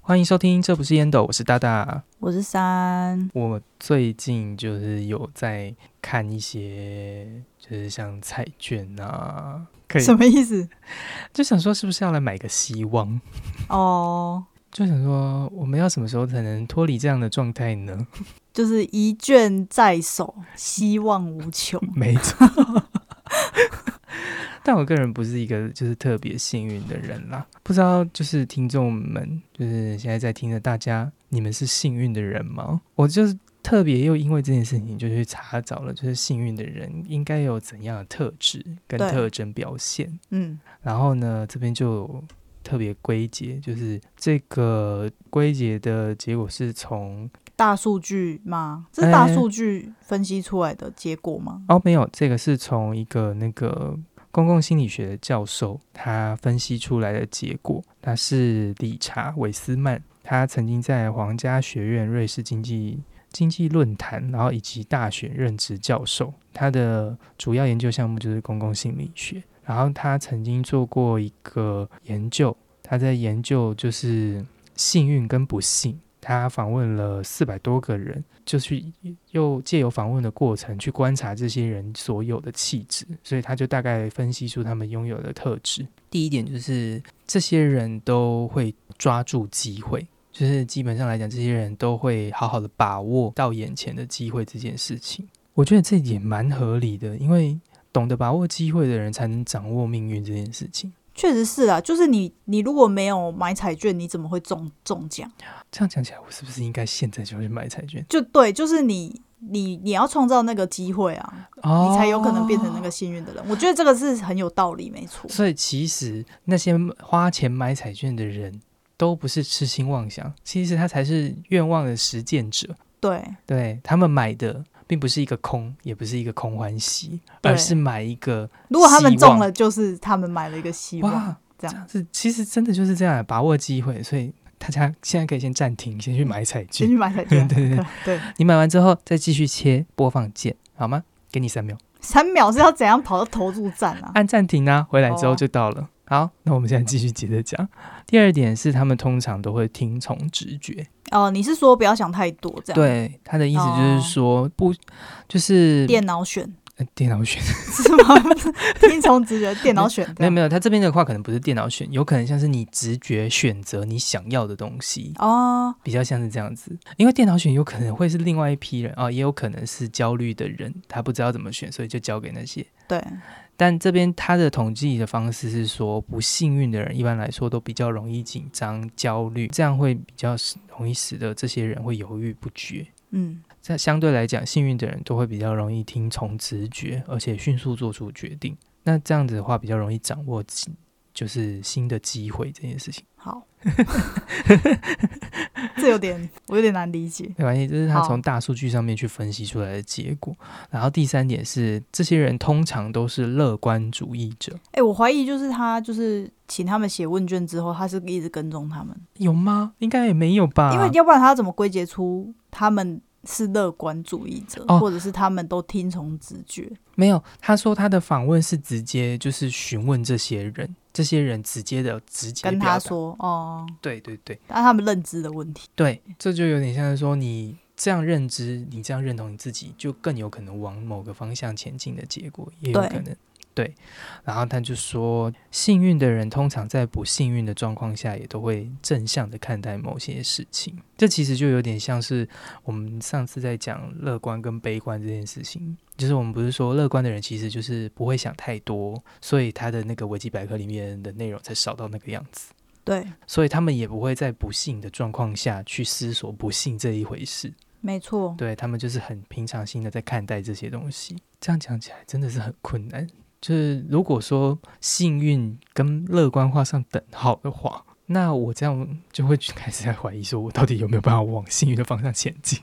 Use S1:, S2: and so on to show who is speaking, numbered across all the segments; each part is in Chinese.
S1: 欢迎收听，这不是烟斗，我是大大。
S2: 我是三，
S1: 我最近就是有在看一些，就是像彩券啊，可以
S2: 什么意思？
S1: 就想说是不是要来买个希望？
S2: 哦，
S1: 就想说我们要什么时候才能脱离这样的状态呢？
S2: 就是一卷在手，希望无穷。
S1: 没错。 但我个人不是一个就是特别幸运的人啦，不知道就是听众们，就是现在在听的大家，你们是幸运的人吗？我就是特别又因为这件事情就去查找了，就是幸运的人应该有怎样的特质跟
S2: 对
S1: 特征表现。
S2: 嗯，
S1: 然后呢，这边就有特别归结，就是这个归结的结果是从
S2: 大数据吗？这
S1: 哎
S2: 是大数据分析出来的结果吗？
S1: 哦，没有，这个是从一个那个公共心理学的教授他分析出来的结果，他是理查·韦斯曼，他曾经在皇家学院瑞士经济经济论坛，然后以及大学任职教授，他的主要研究项目就是公共心理学，然后他曾经做过一个研究，他在研究就是幸运跟不幸。他访问了四百多个人，就去又借由访问的过程去观察这些人所有的气质，所以他就大概分析出他们拥有的特质。第一点就是这些人都会抓住机会，就是基本上来讲，这些人都会好好的把握到眼前的机会这件事情。我觉得这一点蛮合理的，因为懂得把握机会的人才能掌握命运这件事情。
S2: 确实是啊，就是你，你如果没有买彩券，你怎么会中中奖？
S1: 这样讲起来，我是不是应该现在就去买彩券？
S2: 就对，就是你，你你要创造那个机会啊，
S1: 哦
S2: 你才有可能变成那个幸运的人。我觉得这个是很有道理，没错。
S1: 所以其实那些花钱买彩券的人都不是痴心妄想，其实他才是愿望的实践者。
S2: 对，
S1: 对他们买的并不是一个空，也不是一个空欢喜，
S2: 对
S1: 而是买一个
S2: 如果他们
S1: 希望
S2: 中了，就是他们买了一个希望。
S1: 哇，
S2: 这样
S1: 子其实真的就是这样，把握机会。所以大家现在可以先暂停，先去买彩券。
S2: 先去买彩券，
S1: 对对对
S2: 对，
S1: 你买完之后再继续切播放键，好吗？给你三秒，
S2: 三秒是要怎样跑到投注站啊？
S1: 按暂停啊，回来之
S2: 好
S1: 后
S2: 啊
S1: 就到了。好，那我们现在继续接着讲。第二点是，他们通常都会听从直觉。
S2: 哦，你是说不要想太多这样？，
S1: 对，他的意思就是
S2: 哦
S1: 说、不，就是
S2: 电脑选
S1: 呃电脑选，
S2: 是吗？听从直觉，电脑选这
S1: 没有
S2: 样。
S1: 没有，他这边的话可能不是电脑选，有可能像是你直觉选择你想要的东西，
S2: 哦，
S1: 比较像是这样子。因为电脑选有可能会是另外一批人啊、也有可能是焦虑的人，他不知道怎么选，所以就交给那些。
S2: 对，
S1: 但这边他的统计的方式是说，不幸运的人一般来说都比较容易紧张、焦虑，这样会比较使容易使得这些人会犹豫不决。
S2: 嗯，
S1: 在相对来讲，幸运的人都会比较容易听从直觉，而且迅速做出决定。那这样子的话，比较容易掌握机就是新的机会这件事情。
S2: 好，这有点我有点难理解。
S1: 没关系，这是他
S2: 好
S1: 从大数据上面去分析出来的结果。然后第三点是，这些人通常都是乐观主义者，
S2: 哎、我怀疑就是他就是请他们写问卷之后，他是一直跟踪他们，
S1: 有吗？应该也没有吧。
S2: 因为要不然他怎么归结出他们是乐观主义者，
S1: 哦
S2: 或者是他们都听从直觉？
S1: 没有，他说他的访问是直接就是询问这些人，这些人直接的直接
S2: 跟
S1: 表达
S2: 他，说哦，
S1: 对对对。
S2: 那他们认知的问题。
S1: 对，这就有点像是说你这样认知，你这样认同你自己，就更有可能往某个方向前进的结果，也有
S2: 对
S1: 可能。对，然后他就说，幸运的人通常在不幸运的状况下，也都会正向的看待某些事情。这其实就有点像是我们上次在讲乐观跟悲观这件事情，就是我们不是说乐观的人其实就是不会想太多，所以他的那个维基百科里面的内容才少到那个样子。
S2: 对，
S1: 所以他们也不会在不幸的状况下去思索不幸这一回事。
S2: 没错。
S1: 对他们就是很平常心的在看待这些东西。这样讲起来真的是很困难。就是如果说幸运跟乐观画上等号的话，那我这样就会开始在怀疑，说我到底有没有办法往幸运的方向前进？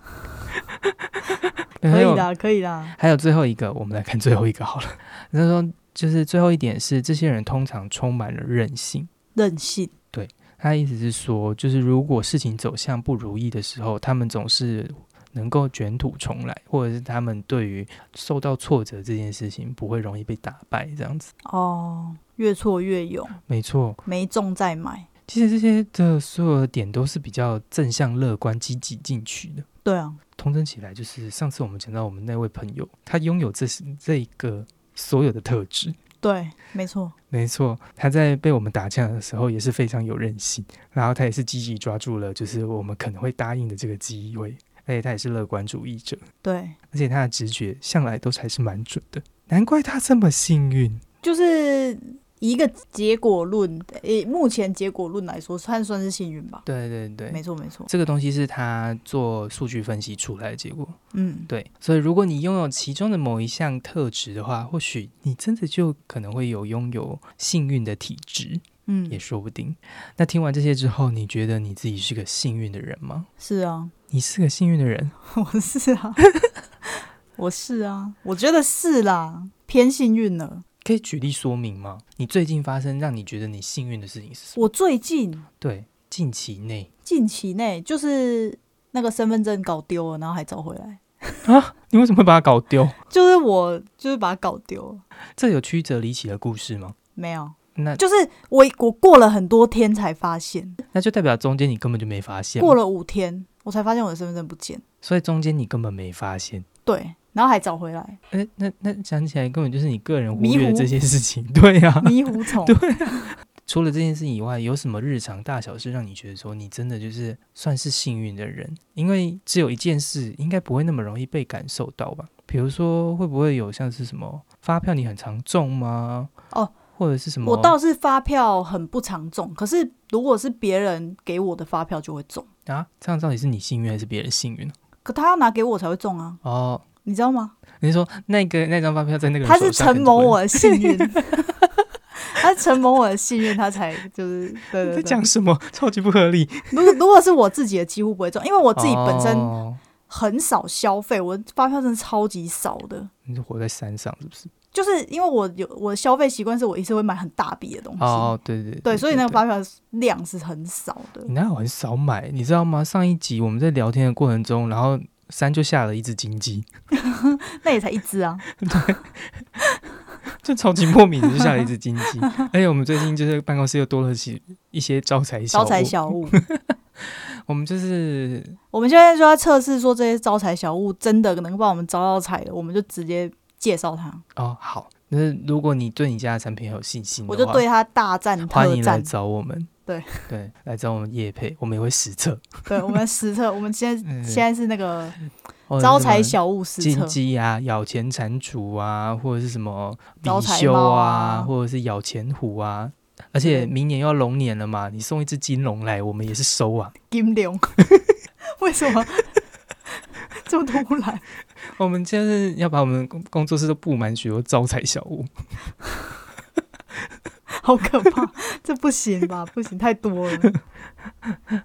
S2: 可
S1: 还有
S2: 以啦，可以啦。
S1: 还有最后一个，我们来看最后一个好了。他说，就是最后一点是，这些人通常充满了韧性。
S2: 任性，
S1: 他的意思是说，就是如果事情走向不如意的时候，他们总是能够卷土重来，或者是他们对于受到挫折这件事情不会容易被打败，这样子。
S2: 哦，越挫越勇，
S1: 没错，
S2: 没中再买。
S1: 其实这些的所有的点都是比较正向、乐观、积极进取的。
S2: 对啊，
S1: 通整起来，就是上次我们讲到我们那位朋友，他拥有这这一个所有的特质。
S2: 对，没错，
S1: 没错，他在被我们打架的时候也是非常有韧性，然后他也是积极抓住了，就是我们可能会答应的这个机会，而且他也是乐观主义者，
S2: 对，
S1: 而且他的直觉向来都还是蛮准的，难怪他这么幸运。
S2: 就是以一个结果论，诶，目前结果论来说，算算是幸运吧。
S1: 对对对
S2: 没错，没错，
S1: 这个东西是他做数据分析出来的结果。
S2: 嗯，
S1: 对，所以如果你拥有其中的某一项特质的话，或许你真的就可能会有拥有幸运的体质，也
S2: 嗯，
S1: 说不定。那听完这些之后，你觉得你自己是个幸运的人吗？
S2: 是啊，
S1: 你是个幸运的人，
S2: 我是啊， 我是啊，我觉得是啦，偏幸运了。
S1: 可以举例说明吗？你最近发生让你觉得你幸运的事情是什么？
S2: 我最近
S1: 对，近期内
S2: 近期内就是那个身份证搞丢了，然后还找回来，
S1: 你为什么会把它搞丢？
S2: 就是我就是把它搞丢了，
S1: 这有曲折离奇的故事吗？
S2: 没有，
S1: 那
S2: 就是我我过了很多天才发现，
S1: 那就代表中间你根本就没发现，
S2: 过，了五天我才发现我的身份证不见，
S1: 所以中间你根本没发现。
S2: 对，然后还找回来，
S1: 哎，那那想起来根本就是你个人忽
S2: 迷
S1: 略了
S2: 糊
S1: 这些事情， 对啊呀、
S2: 迷糊虫，
S1: 除了这件事以外，有什么日常大小事让你觉得说你真的就是算是幸运的人？因为只有一件事，应该不会那么容易被感受到吧？比如说，会不会有像是什么发票你很常中吗？
S2: 哦，
S1: 或者是什么？
S2: 我倒是发票很不常中，可是如果是别人给我的发票就会中，
S1: 啊，这样到底是你幸运还是别人幸运呢？
S2: 可他要拿给我才会中啊，
S1: 哦，
S2: 你知道吗？
S1: 你是说那个那张发票在那个人
S2: 他是
S1: 手上很
S2: 承蒙
S1: 多
S2: 我的幸运， 他是承蒙我的幸运，他才就是 对
S1: 人，你
S2: 对
S1: 在
S2: 对
S1: 讲。什么？ 超级不合理。
S2: 如果如果是我自己的，几乎不会中，因为我自己本身
S1: 哦、
S2: 很少消费，我发票真的超级少的。
S1: 你是活在山上是不是？
S2: 就是因为我有我的消费习惯，是我一次会买很大笔的东西，
S1: 哦，嗯对对对
S2: 对，所以那个
S1: 对
S2: 发票量是很少的。
S1: 你那我很少买，你知道吗？上一集我们在聊天的过程中，然后山就下了一只金鸡，
S2: 那也才一只 啊，
S1: 就超级莫名的就下了一只金鸡。而且我们最近就是办公室又多了些一些招财小
S2: 招财
S1: 物，
S2: 小物。
S1: 我们就是
S2: 我们现在就要测试说这些招财小物真的能帮我们招到财的，我们就直接介绍它，
S1: 哦好，就是如果你对你家的产品很有信心的
S2: 我
S1: 话，
S2: 就对它大战
S1: 欢
S2: 特
S1: 迎来
S2: 战。
S1: 找我们，
S2: 对
S1: 对，来找我们叶配，我们也会实测。
S2: 对，我们实测，我们现在
S1: 嗯，
S2: 现在是那个
S1: 或者是
S2: 招
S1: 什
S2: 财
S1: 哦么
S2: 小物实
S1: 金
S2: 测，
S1: 鸡啊，咬钱蟾蜍啊，或者是什么
S2: 招
S1: 貔
S2: 财
S1: 貅
S2: 猫
S1: 啊，
S2: 啊
S1: 或者是咬钱虎啊。而且明年要龙年了嘛，你送一只金龙来，我们也是收啊。
S2: 金龙。 为什么 这么突然？
S1: 我们就是要把我们工工作室都布满许多招财小物。
S2: 好可怕，这不行吧？不行，太多了。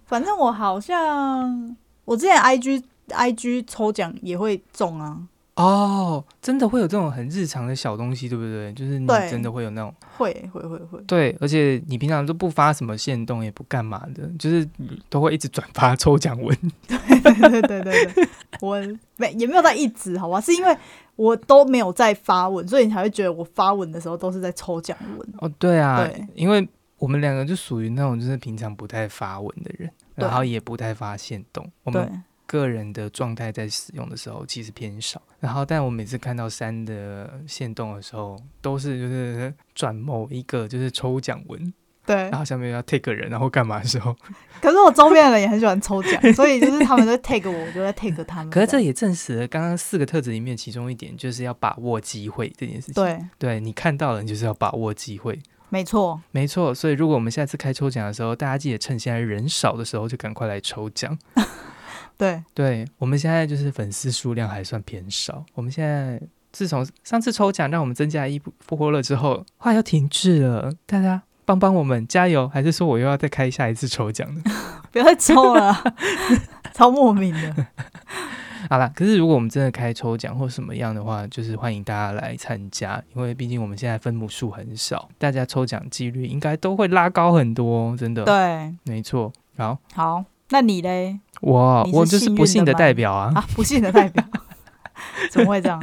S2: 反正我好像我之前 IG IG 抽奖也会中啊，
S1: 哦，真的会有这种很日常的小东西，对不对？就是你
S2: 对
S1: 真的会有那种
S2: 会会会会，
S1: 对，而且你平常都不发什么限动，也不干嘛的，就是都会一直转发 抽奖文。
S2: 对对对对对，我没也没有在一直，好吧？是因为我都没有在发文，所以你才会觉得我发文的时候都是在抽奖文。
S1: 哦，对啊，
S2: 对
S1: 因为我们两个就属于那种就是平常不太发文的人，
S2: 对
S1: 然后也不太发现动。我
S2: 对
S1: 们个人的状态在使用的时候其实偏少，然后但我每次看到三的现动的时候，都是就是转某一个就是抽奖文，
S2: 对
S1: 然，后下面要 take 人，然后干嘛的时候，
S2: 可是我周边的人也很喜欢抽奖，所以就是他们在 tag 我，我就在 tag 他们样。
S1: 可是这也证实了刚刚四个特质里面其中一点，就是要把握机会这件事情。，
S2: 对，
S1: 对你看到了，你就是要把握机会。
S2: 没错，
S1: 没错，所以如果我们下次开抽奖的时候，大家记得趁现在人少的时候就赶快来抽奖。
S2: 对
S1: 对我们现在就是粉丝数量还算偏少，我们现在自从上次抽奖让我们增加一波了之后，话又停滞了，大家。帮帮我们，加油！还是说我又要再开下一次抽奖呢？
S2: 不要再抽了啊，超莫名的。
S1: 好啦，可是如果我们真的开抽奖或什么样的话，就是欢迎大家来参加，因为毕竟我们现在分母数很少，大家抽奖几率应该都会拉高很多哦，真的。，
S2: 对，
S1: 没错。好，
S2: 好，那你嘞？
S1: 我
S2: 你是
S1: 我就是
S2: 幸
S1: 不
S2: 运
S1: 幸的
S2: 的吗
S1: 代表啊。
S2: 啊，不幸的代表，怎么会这样？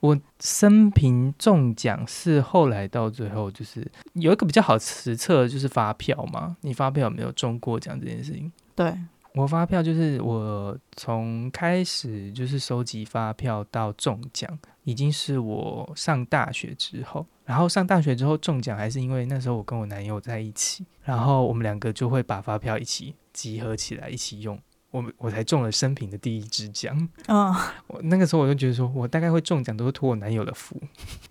S1: 我生平中奖是后来到最后，就是有一个比较好实测，就是发票嘛。你发票有没有中过奖这件事情？
S2: 对，
S1: 我发票就是我从开始就是收集发票到中奖，已经是我上大学之后。然后上大学之后中奖，还是因为那时候我跟我男友在一起，然后我们两个就会把发票一起集合起来一起用。我们我才中了生平的第一支奖。
S2: 嗯，
S1: 我那个时候我就觉得说，我大概会中奖都是托我男友的福。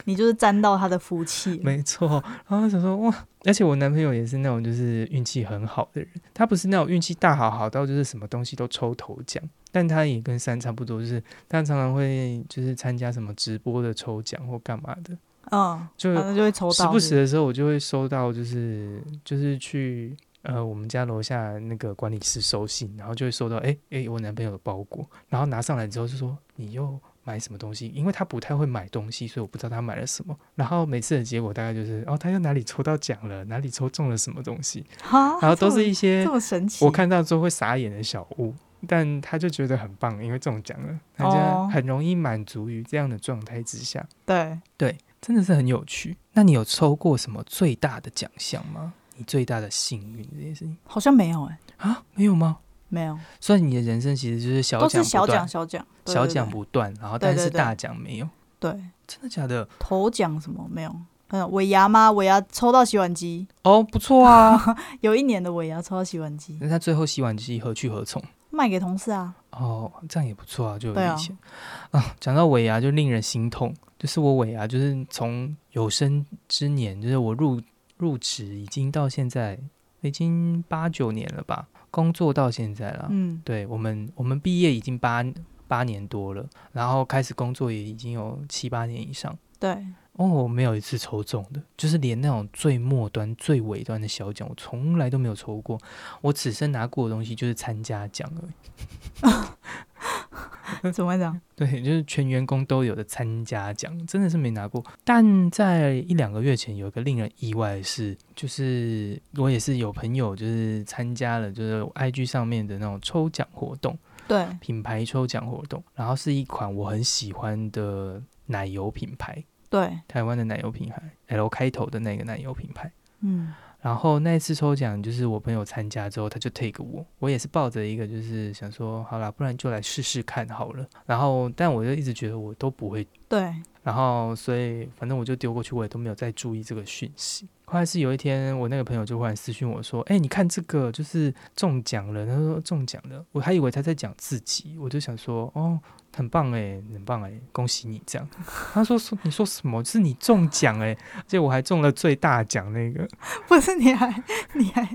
S2: 你就是沾到他的福气了。
S1: 没错，然后想说哇，而且我男朋友也是那种就是运气很好的人，他不是那种运气大好好到就是什么东西都抽头奖，但他也跟三差不多，就是他常常会就是参加什么直播的抽奖或干嘛的，
S2: 嗯，
S1: 就
S2: 反正就会抽
S1: 时
S2: 到。
S1: 不时的时候我就会收到，就是就是去呃我们家楼下那个管理室收信，然后就会收到哎哎、诶我男朋友的包裹，然后拿上来之后就说你又。买什么东西？因为他不太会买东西，所以我不知道他买了什么。然后每次的结果大概就是，哦，他又哪里抽到奖了，哪里抽中了什么东西，
S2: 哈，
S1: 然后都是
S2: 哦这么
S1: 一些
S2: 这么神奇。
S1: 我看到之后会傻眼的小物，但他就觉得很棒，因为中奖了，他
S2: 哦
S1: 就很容易满足于这样的状态之下。
S2: 对，
S1: 对，真的是很有趣。那你有抽过什么最大的奖项吗？你最大的幸运这件事情
S2: 好像没有哎、
S1: 啊，没有吗？
S2: 没有，
S1: 所以你的人生其实就是小
S2: 都
S1: 奖不
S2: 是小奖
S1: 断，
S2: 小奖对
S1: 小
S2: 对
S1: 奖
S2: 对
S1: 不断，然后
S2: 对
S1: 但
S2: 对
S1: 是
S2: 对
S1: 大奖没有，
S2: 对
S1: 真的假的？
S2: 头奖什么没有。嗯，尾牙吗？尾牙抽到洗碗机，
S1: 哦，不错啊。
S2: 有一年的尾牙抽到洗碗机，
S1: 那他最后洗碗机何去何从？
S2: 卖给同事啊。
S1: 哦，这样也不错啊，就有
S2: 对啊
S1: 以前啊。讲到尾牙就令人心痛，就是我尾牙就是从有生之年，就是我入入职已经到现在，已经八九年了吧，工作到现在了。
S2: 嗯，
S1: 对我们，我们毕业已经八八年多了，然后开始工作也已经有七八年以上。
S2: 对，
S1: 哦，我没有一次抽中的，就是连那种最末端、最尾端的小奖，我从来都没有抽过。我此生拿过的东西就是参加奖而已。
S2: 怎么讲？
S1: 对，就是全员工都有的参加奖，真的是没拿过。但在一两个月前，有一个令人意外的事，就是我也是有朋友就是参加了，就是 IG 上面的那种抽奖活动，
S2: 对，
S1: 品牌抽奖活动，然后是一款我很喜欢的奶油品牌，
S2: 对，
S1: 台湾的奶油品牌，L 开头的那个奶油品牌。
S2: 嗯，
S1: 然后那一次抽奖，就是我朋友参加之后，他就 take 我，我也是抱着一个就是想说，好啦，不然就来试试看好了。然后，但我就一直觉得我都不会，
S2: 对，
S1: 然后所以反正我就丢过去，我也都没有再注意这个讯息。后来是有一天，我那个朋友就忽然私讯我说：“哎、你看这个就是中奖了。”他说中奖了，我还以为他在讲自己，我就想说：“哦，很棒哎、很棒哎、恭喜你！”这样，他说：“说你说什么？是你中奖哎、而且我还中了最大奖那个。”
S2: 不是你还你还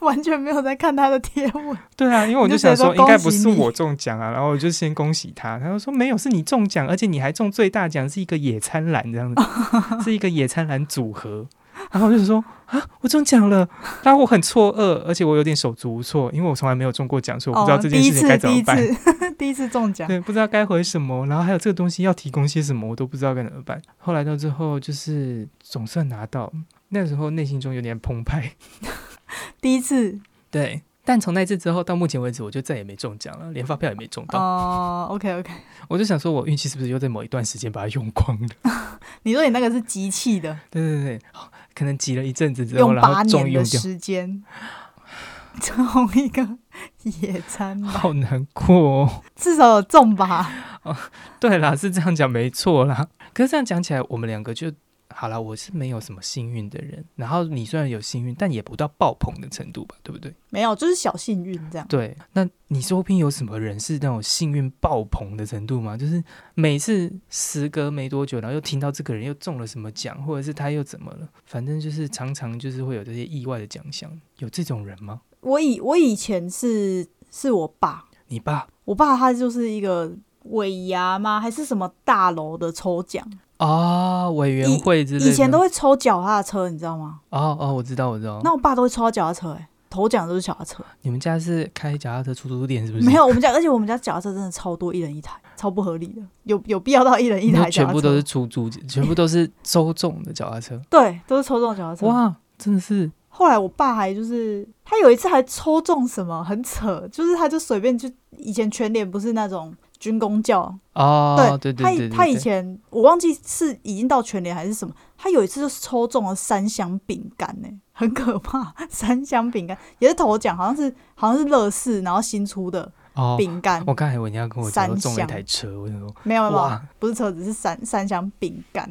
S2: 完全没有在看他的贴文，
S1: 对啊，因 为我就
S2: 你就觉
S1: 想
S2: 得
S1: 说，
S2: 说
S1: 应该
S2: 恭
S1: 不
S2: 喜
S1: 是
S2: 你
S1: 我中奖啊，然后我就先恭喜他。他就说没有，是你中奖，而且你还中最大奖，是一个野餐篮这样 子，是一个野餐篮组合。然后我就说啊，我中奖了，然后我很错愕，而且我有点手足无措，因为我从来没有中过奖，所以我不知道
S2: 哦
S1: 这件
S2: 第一
S1: 事情该
S2: 次
S1: 怎
S2: 第
S1: 么
S2: 一
S1: 办。
S2: 次 第一次中奖，
S1: 对，不知道该回什么，然后还有这个东西要提供些什么，我都不知道该怎么办。后来到最后，就是总算拿到，那时候内心中有点澎湃。
S2: 第一次
S1: 对，但从那次之后到目前为止，我就再也没中奖了，连发票也没中到。
S2: 哦，OK OK，
S1: 我就想说，我运气是不是又在某一段时间把它用光了？
S2: 你说你那个是集气的，
S1: 对对对，好可能挤了一阵子之后，
S2: 用
S1: 然
S2: 八
S1: 后终于
S2: 年
S1: 用
S2: 的
S1: 掉，
S2: 时间， 中一个野餐吧，
S1: 好难过哦。
S2: 至少有中吧？
S1: 对啦，是这样讲没错啦。可是这样讲起来，我们两个就好啦。我是没有什么幸运的人，然后你虽然有幸运，但也不到爆棚的程度吧，对不对？
S2: 没有，就是小幸运这样。
S1: 对，那你说不定有什么人是那种幸运爆棚的程度吗？就是每次时隔没多久，然后又听到这个人又中了什么奖，或者是他又怎么了，反正就是常常就是会有这些意外的奖项，有这种人吗？
S2: 我以我以前是是我爸，
S1: 你爸
S2: 我爸他就是一个尾牙吗？还是什么大楼的抽奖？
S1: 啊、委员会之类的，
S2: 以前都会抽脚踏车，你知道吗？
S1: 哦哦，我知道我知道，
S2: 那我爸都会抽到脚踏车、欸，头奖都是脚踏车。
S1: 你们家是开脚踏车出租店是不是？
S2: 没有，我们家，而且我们家脚踏车真的超多，一人一台，超不合理的，有有必要到一人一
S1: 你
S2: 台
S1: 们
S2: 脚
S1: 全
S2: 踏车？
S1: 部都是出租，全部都是周中的脚踏 车，
S2: 对，都是抽中脚踏车。
S1: 哇，真的是
S2: 后来我爸还就是，他有一次还抽中什么很扯，就是他就随便就以前全联不是那种军工教，
S1: 哦，对对
S2: 他
S1: 对
S2: 以
S1: 对，
S2: 他以
S1: 对
S2: 前我忘记是已经到全联还是什么，他有一次就是抽中了三箱饼干呢，很可怕，三箱饼干也是头奖，好像是好像是乐事，然后新出的
S1: 哦，
S2: 饼干，
S1: 我刚才以为你要跟我讲
S2: 三
S1: 说中了一
S2: 项
S1: 台车，我想说
S2: 没有没有，
S1: 哇，
S2: 不是车子是三三箱饼干，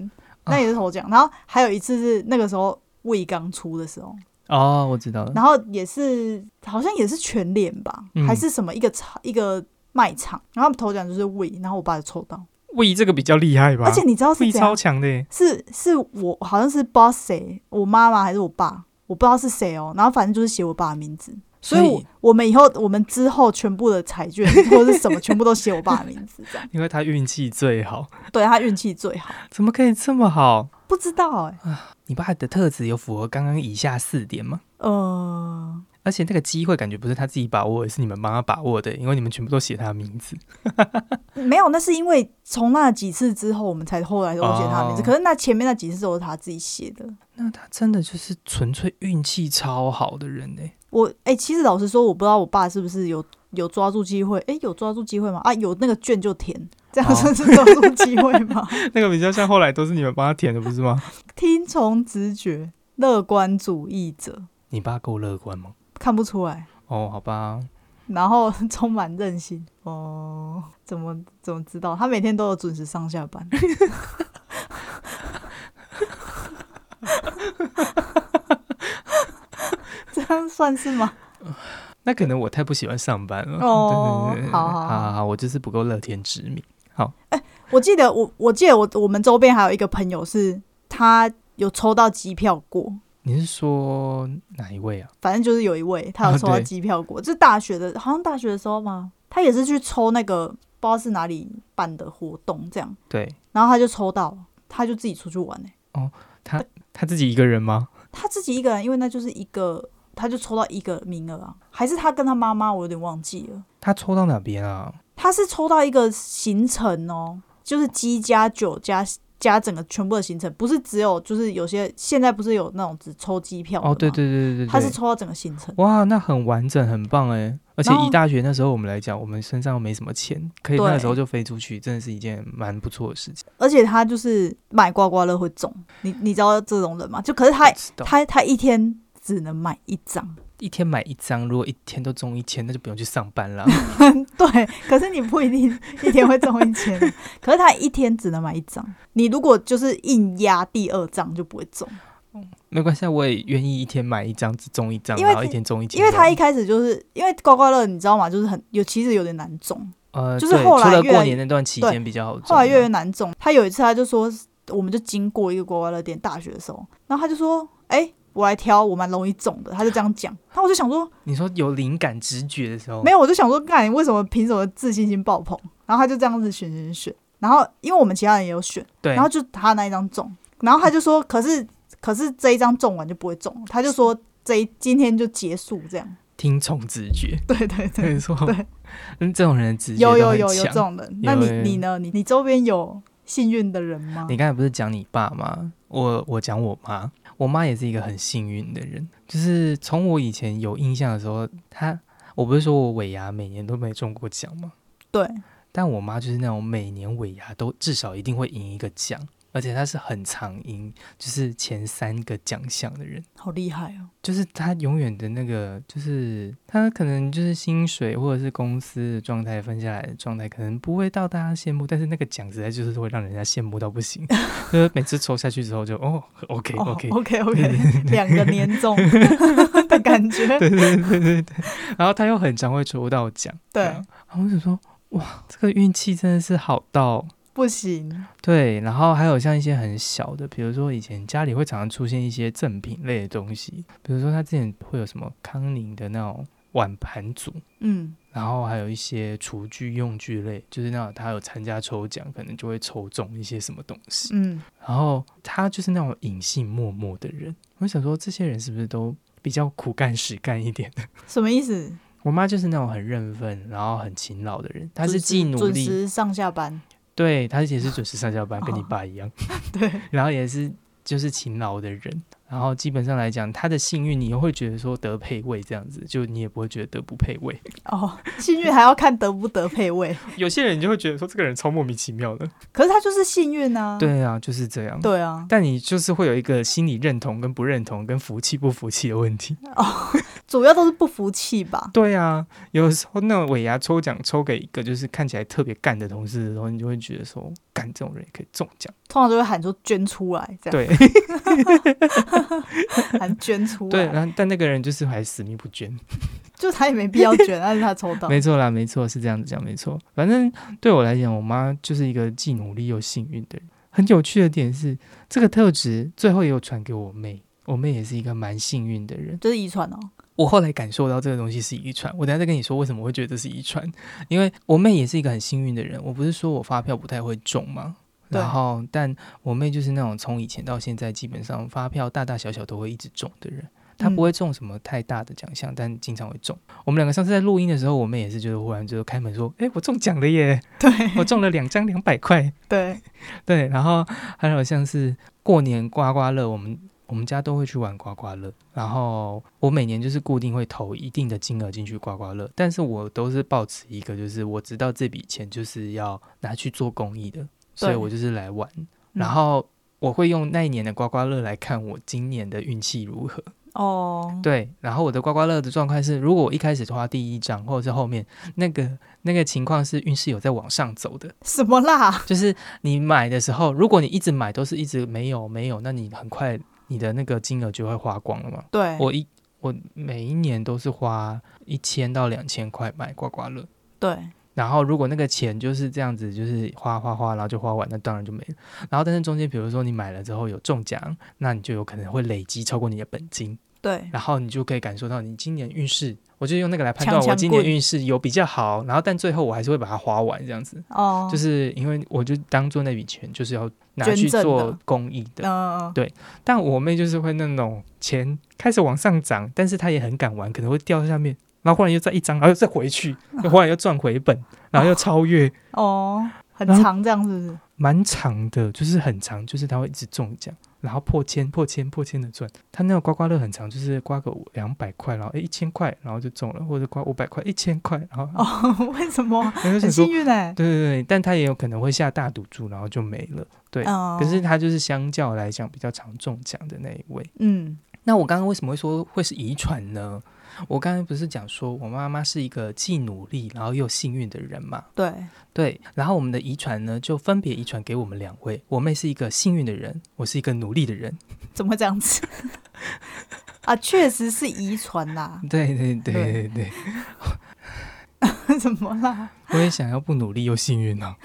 S1: 啊
S2: 那也是头奖，然后还有一次是那个时候胃刚出的时候，
S1: 哦，我知道了，
S2: 然后也是好像也是全脸吧，
S1: 嗯
S2: 还是什么一个场一个卖场，然后头奖就是 w 然后我爸就抽到，
S1: 喂，这个比较厉害吧？
S2: 而且你知道是
S1: 喂
S2: 怎样
S1: 超？强的耶，
S2: 是是我好像是不知道谁，我妈妈还是我爸，我不知道是谁哦，然后反正就是写我爸的名字。所以我，
S1: 所以
S2: 我们以后，我们之后全部的彩券或者是什么，全部都写我爸的名字，这样
S1: 因为他运气最好，
S2: 对他运气最好。
S1: 怎么可以这么好？
S2: 不知道哎、
S1: 你爸的特质有符合刚刚以下四点吗？
S2: 呃，
S1: 而且那个机会感觉不是他自己把握，是你们帮他把握的，因为你们全部都写他的名字。
S2: 没有，那是因为从那几次之后，我们才后来都写他的名字。
S1: 哦
S2: 可是那前面那几次都是他自己写的。
S1: 那他真的就是纯粹运气超好的人呢。
S2: 我哎、其实老实说，我不知道我爸是不是有有抓住机会，哎、有抓住机会吗？啊，有那个券就填，这样
S1: 哦
S2: 算是抓住机会吗？
S1: 那个比较像后来都是你们帮他填的，不是吗？
S2: 听从直觉，乐观主义者，
S1: 你爸够乐观吗？
S2: 看不出来，
S1: 哦，好吧，
S2: 然后 充满韧性。哦，怎么怎么知道？他每天都有准时上下班。 这样算是吗？
S1: 那可能我太不喜欢上班了。
S2: 哦
S1: 对对对对
S2: 好好
S1: 好
S2: 好
S1: 好，我就是不够乐天知命。
S2: 我记得我我记得我我们周边还有一个朋友是，他有抽到机票过，
S1: 你是说哪一位啊？
S2: 反正就是有一位他有抽
S1: 啊
S2: 到
S1: 对
S2: 机票过，这大学的，好像大学的时候嘛，他也是去抽那个不知道是哪里办的活动这样，
S1: 对
S2: 然后他就抽到了，他就自己出去玩呢、欸
S1: 他自己一个人吗？
S2: 他自己一个人，因为那就是一个，他就抽到一个名额啊，还是他跟他妈妈，我有点忘记了，
S1: 他抽到哪边啊？
S2: 他是抽到一个行程哦，就是鸡加酒加。加整个全部的行程，不是只有就是有些现在不是有那种只抽机票的
S1: 哦，对
S2: 吗，
S1: 对对对对，
S2: 他是抽到整个行程，
S1: 哇，那很完整，很棒哎！而且
S2: 然后
S1: 以大学那时候我们来讲，我们身上没什么钱，可以
S2: 对
S1: 那时候就飞出去，真的是一件蛮不错的事情。
S2: 而且他就是买刮刮乐会中，你你知道这种人吗？就可是他
S1: 不知道
S2: 他他一天只能买一张，
S1: 一天买一张，如果一天都中一千，那就不用去上班 啦。
S2: 对，可是你不一定一天会中一千，可是他一天只能买一张，你如果就是硬压第二张就不会中，
S1: 没关系啊，我也愿意一天买一张，只中一张，
S2: 因为
S1: 然后
S2: 他
S1: 一天中一千
S2: 因
S1: 这样。
S2: 为他一开始就是因为刮刮乐你知道吗？就是很有其实有点难中，
S1: 呃，
S2: 就是
S1: 对
S2: 后来
S1: 除了
S2: 越来
S1: 过
S2: 越
S1: 年那段期
S2: 对
S1: 间比较好中啊，
S2: 后来越来越难中。他有一次他就说，我们就经过一个刮刮乐店，大学的时候，然后他就说，哎、我来挑我蛮容易中的，他就这样讲，那我就想说。
S1: 你说有灵感直觉的时候，
S2: 没有，我就想说，干，你为什么凭什么自信心爆棚？然后他就这样子选选选，然后因为我们其他人也有选，
S1: 对，
S2: 然后就他那一张中，然后他就说，可是可是这一张中完就不会中，他就说这一今天就结束这样。
S1: 听从直觉，
S2: 对对对，
S1: 没错，
S2: 对，
S1: 嗯，这种人的直觉
S2: 有有
S1: 都很
S2: 有有
S1: 强
S2: 这种人，那你
S1: 有有
S2: 你呢？你你周边有幸运的人吗？
S1: 你刚才不是讲你爸吗？我我讲我妈，我妈也是一个很幸运的人，就是从我以前有印象的时候，她我不是说我尾牙每年都没中过奖吗？
S2: 对，
S1: 但我妈就是那种每年尾牙都至少一定会赢一个奖，而且她是很常赢，就是前三个奖项的人。
S2: 好厉害哦！
S1: 就是她永远的那个，就是她可能就是薪水或者是公司的状态分下来的状态，可能不会到大家羡慕，但是那个奖实在就是会让人家羡慕到不行。就是每次抽下去之后就哦，OK
S2: 哦
S1: OK，、
S2: OK OK，两 个年终的感觉，
S1: 对对对对对，然后她又很常会抽到奖，
S2: 对
S1: 然后我就说哇，这个运气真的是好到。
S2: 不行，
S1: 对，然后还有像一些很小的，比如说以前家里会常常出现一些赠品类的东西，比如说他之前会有什么康宁的那种碗盘组，
S2: 嗯，
S1: 然后还有一些厨具用具类，就是那种他有参加抽奖，可能就会抽中一些什么东西。
S2: 嗯，
S1: 然后他就是那种隐姓默默的人，我想说这些人是不是都比较苦干实干一点？
S2: 什么意思？
S1: 我妈就是那种很认份，然后很勤劳的人，她是
S2: 准
S1: 既
S2: 时
S1: 努
S2: 准
S1: 力，
S2: 时上下班，
S1: 对，他也是准时上下班，跟你
S2: 哦
S1: 爸一样。
S2: 对，
S1: 然后也是就是勤劳的人，然后基本上来讲，他的幸运你又会觉得说得配位这样子，就你也不会觉得得不配位。
S2: 哦，幸运还要看得不得配位，
S1: 有些人你就会觉得说这个人超莫名其妙的。
S2: 可是他就是幸运啊。
S1: 对啊，就是这样。
S2: 对啊，
S1: 但你就是会有一个心理认同跟不认同跟服气不服气的问题。
S2: 主要都是不服气吧？
S1: 对啊，有时候那种尾牙抽奖抽给一个就是看起来特别干的同事的时候，你就会觉得说，干这种人也可以中奖。
S2: 通常都会喊说捐出来，这样
S1: 对
S2: 喊捐出来。
S1: 对，然后但那个人就是还死命不捐。
S2: 就他也没必要卷，但是他抽 到。
S1: 没错啦，没错，是这样子讲，没错。反正对我来讲，我妈就是一个既努力又幸运的人。很有趣的点是，这个特质最后也有传给我妹，我妹也是一个蛮幸运的人。
S2: 就是遗传哦，
S1: 我后来感受到这个东西是遗传，我等一下再跟你说为什么我会觉得这是遗传，因为我妹也是一个很幸运的人。我不是说我发票不太会中吗？
S2: 对
S1: 然后，但我妹就是那种从以前到现在，基本上发票大大小小都会一直中的人。她不会
S2: 嗯
S1: 中什么太大的奖项，但经常会中。我们两个上次在录音的时候，我妹也是，就是忽然就开门说：“哎、我中奖了耶！
S2: 对
S1: 我中了两张两百块。”
S2: 对，
S1: 对，然后 还有像是过年刮刮乐，我们我们家都会去玩刮刮乐，然后我每年就是固定会投一定的金额进去刮刮乐，但是我都是抱持一个，就是我知道这笔钱就是要拿去做公益的，所以
S2: 对
S1: 我就是来玩，
S2: 嗯
S1: 然后。我会用那一年的刮刮乐来看我今年的运气如何。
S2: 哦，
S1: 对，然后我的刮刮乐的状况是，如果我一开始花第一张，或者是后面那个那个情况是运势有在往上走的，
S2: 什么啦？
S1: 就是你买的时候，如果你一直买都是一直没有没有，那你很快你的那个金额就会花光了嘛。
S2: 对，
S1: 我一我每一年都是花一千到两千块买刮刮乐，
S2: 对，
S1: 然后如果那个钱就是这样子，就是花花花，然后就花完，那当然就没了。然后但是中间比如说你买了之后有中奖，那你就有可能会累积超过你的本金，
S2: 对，
S1: 然后你就可以感受到你今年运势。我就用那个来判
S2: 强
S1: 断我
S2: 强
S1: 今年
S2: 棍
S1: 运势有比较好，然后但最后我还是会把它花完这样子。
S2: 哦，
S1: 就是是因为我就当做那笔钱就是要拿
S2: 捐
S1: 去
S2: 赠的
S1: 做公益的，
S2: 嗯，
S1: 对但我妹就是会那种钱开始往上涨，但是她也很敢玩，可能会掉下面，然后忽然又再一张，然后又再回 去，又忽然又赚回本，然后又超越，
S2: 哦，很
S1: 然后嗯
S2: 长这样是不是？
S1: 蛮长的，就是很长，就是她会一直中奖，然后破千、破千、破千的赚。她那个刮刮乐很长，就是刮个两百块，然后哎一千块，然后就中了，或者刮五百块、一千块，然 后
S2: 哦，为什么？
S1: 然后就
S2: 很
S1: 想说
S2: 幸，运哎、
S1: 对对对，但她也有可能会下大赌注，然后就没了。对
S2: 嗯，
S1: 可是他就是相较来讲比较常中奖的那一位。
S2: 嗯，
S1: 那我刚刚为什么会说会是遗传呢？我刚才不是讲说我妈妈是一个既努力然后又幸运的人嘛？
S2: 对，
S1: 对，然后我们的遗传呢就分别遗传给我们两位。我妹是一个幸运的人，我是一个努力的人。
S2: 怎么会这样子？ 啊，确实是遗传啊 啦，
S1: 对对对对对，
S2: 怎么啦？
S1: 我也想要不努力又幸运哦，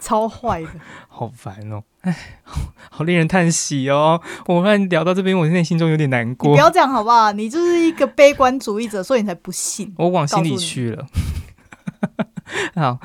S2: 超坏的，
S1: 好烦哦，哎，好好令人叹息哦。我看聊到这边，我内心中有点难
S2: 你不
S1: 过，
S2: 要这样好不好？你就是一个悲观主义者，所以你才不信。
S1: 我往心
S2: 告诉
S1: 里
S2: 你
S1: 去了。 好、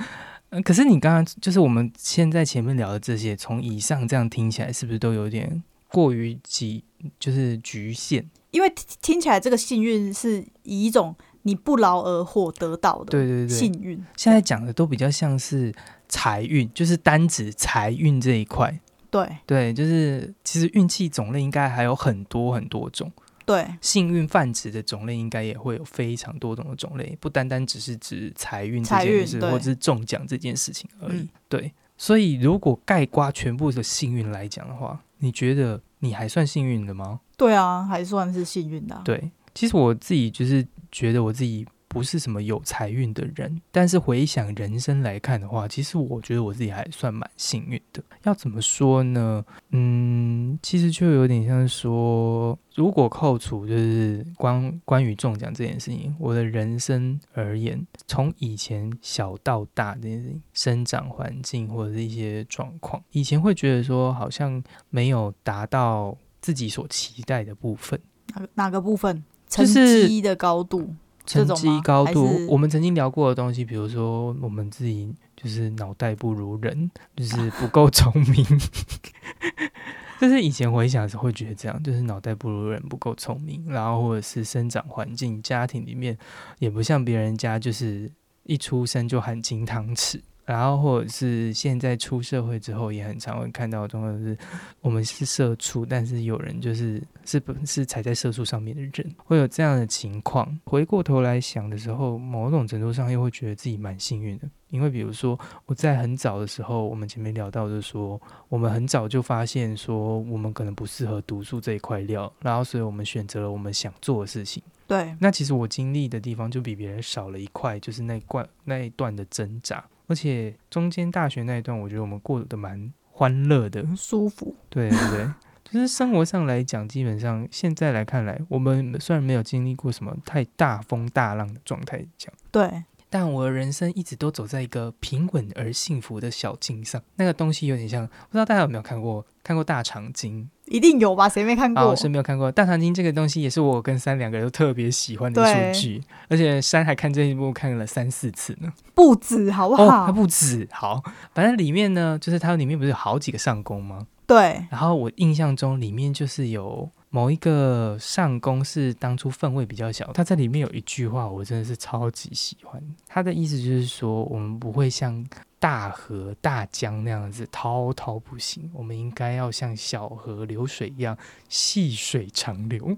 S1: 呃可是你刚刚就是我们现在前面聊的这些，从以上这样听起来，是不是都有点过于极，就是局限？
S2: 因为听听起来这个幸运是以一种你不劳而获得到的，
S1: 对对对
S2: 幸运。
S1: 现在讲的都比较像是财运，就是单指财运这一块。
S2: 对
S1: 对，就是其实运气种类应该还有很多很多种，
S2: 对
S1: 幸运泛指的种类应该也会有非常多种的种类，不单单只是指财运这
S2: 财
S1: 件
S2: 运
S1: 事，
S2: 对
S1: 或者是中奖这件事情而已。
S2: 嗯
S1: 对，所以如果概括全部的幸运来讲的话，你觉得你还算幸运的吗？
S2: 对啊，还算是幸运的啊、
S1: 对，其实我自己就是觉得我自己不是什么有财运的人，但是回想人生来看的话，其实我觉得我自己还算蛮幸运的。要怎么说呢？嗯，其实就有点像是说，如果扣除就是关关于中奖这件事情，我的人生而言，从以前小到大这件事情，生长环境或者是一些状况，以前会觉得说好像没有达到自己所期待的部分。
S2: 哪个哪个部分？
S1: 就
S2: 成
S1: 是
S2: 绩的高度，这
S1: 成
S2: 种
S1: 绩
S2: 吗
S1: 高
S2: 还
S1: 度
S2: 是，
S1: 我们曾经聊过的东西，比如说我们自己就是脑袋不如人， 就是不够聪明。就是以前回想的时候会觉得这样，就是脑袋不如人，不够聪明，然后或者是生长环境、家庭里面也不像别人家，就是一出生就含金汤匙。然后或者是现在出社会之后，也很常会看到的状况是，我们是社畜，但是有人就是是不是踩在社畜上面的人，会有这样的情况。回过头来想的时候，某种程度上又会觉得自己蛮幸运的，因为比如说我在很早的时候，我们前面聊到就是说，我们很早就发现说我们可能不适合读书这一块料，然后所以我们选择了我们想做的事情。
S2: 对，
S1: 那其实我经历的地方就比别人少了一块，就是那一段那一段的挣扎，而且中间大学那一段，我觉得我们过得蛮欢乐的，
S2: 舒服，
S1: 对对对， 就是生活上来讲，基本上现在来看来，我们虽然没有经历过什么太大风大浪的状态讲。
S2: 对，
S1: 但我的人生一直都走在一个平稳而幸福的小径上，那个东西有点像，不知道大家有没有看过看过大长今
S2: 一定有吧？谁没看
S1: 啊，
S2: 过
S1: 我？是没有看过《大长今》这个东西，也是我跟三两个人都特别喜欢的
S2: 对
S1: 一出剧，而且三还看这一部看了三四次呢。
S2: 不止好不
S1: 哦，
S2: 好？
S1: 它不止好，反正里面呢，就是它里面不是有好几个上宫吗？
S2: 对，
S1: 然后我印象中里面就是有某一个上宫是当初分位比较小，他在里面有一句话，我真的是超级喜欢。他的意思就是说，我们不会像大河大江那样子滔滔不行，我们应该要像小河流水一样细水长流。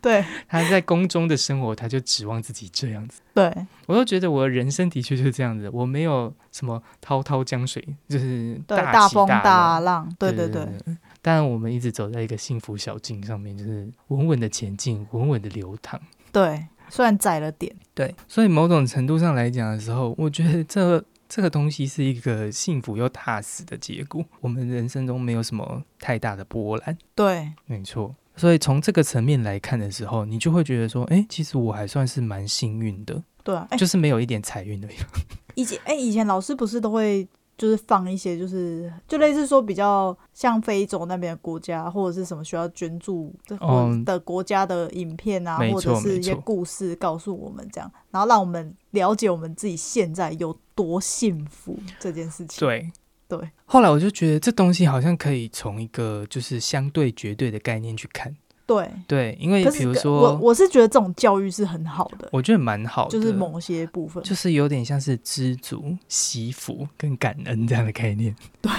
S2: 对，
S1: 他在宫中的生活，他就指望自己这样子。
S2: 对，
S1: 我都觉得我的人生的确就是这样子，我没有什么滔滔江水，就是
S2: 对，
S1: 大
S2: 大
S1: 起
S2: 风
S1: 大
S2: 大
S1: 浪
S2: 浪，对对
S1: 对
S2: 对，
S1: 但我们一直走在一个幸福小径上面，就是稳稳的前进，稳稳的流淌。
S2: 对，虽然窄了点，
S1: 对，所以某种程度上来讲的时候，我觉得这这个东西是一个幸福又踏实的结果。我们人生中没有什么太大的波澜，
S2: 对，
S1: 没错。所以从这个层面来看的时候，你就会觉得说，哎，其实我还算是蛮幸运的，
S2: 对啊。哎、
S1: 就是没有一点财运而已。
S2: 以前哎、以前老师不是都会就是放一些，就是就类似说比较像非洲那边的国家或者是什么需要捐助的或者
S1: 嗯
S2: 的国家的影片啊，
S1: 没
S2: 或
S1: 错
S2: 者是一些
S1: 没错
S2: 故事告诉我们这样，然后让我们了解我们自己现在有多幸福这件事情。
S1: 对
S2: 对。
S1: 后来我就觉得这东西好像可以从一个就是相对绝对的概念去看，
S2: 对。
S1: 对，因为
S2: 可
S1: 比
S2: 是
S1: 如
S2: 个
S1: 说
S2: 我我是觉得这种教育是很好的，
S1: 我觉得蛮好的，
S2: 就是某些部分，
S1: 就是有点像是知足、惜福跟感恩这样的概念。
S2: 对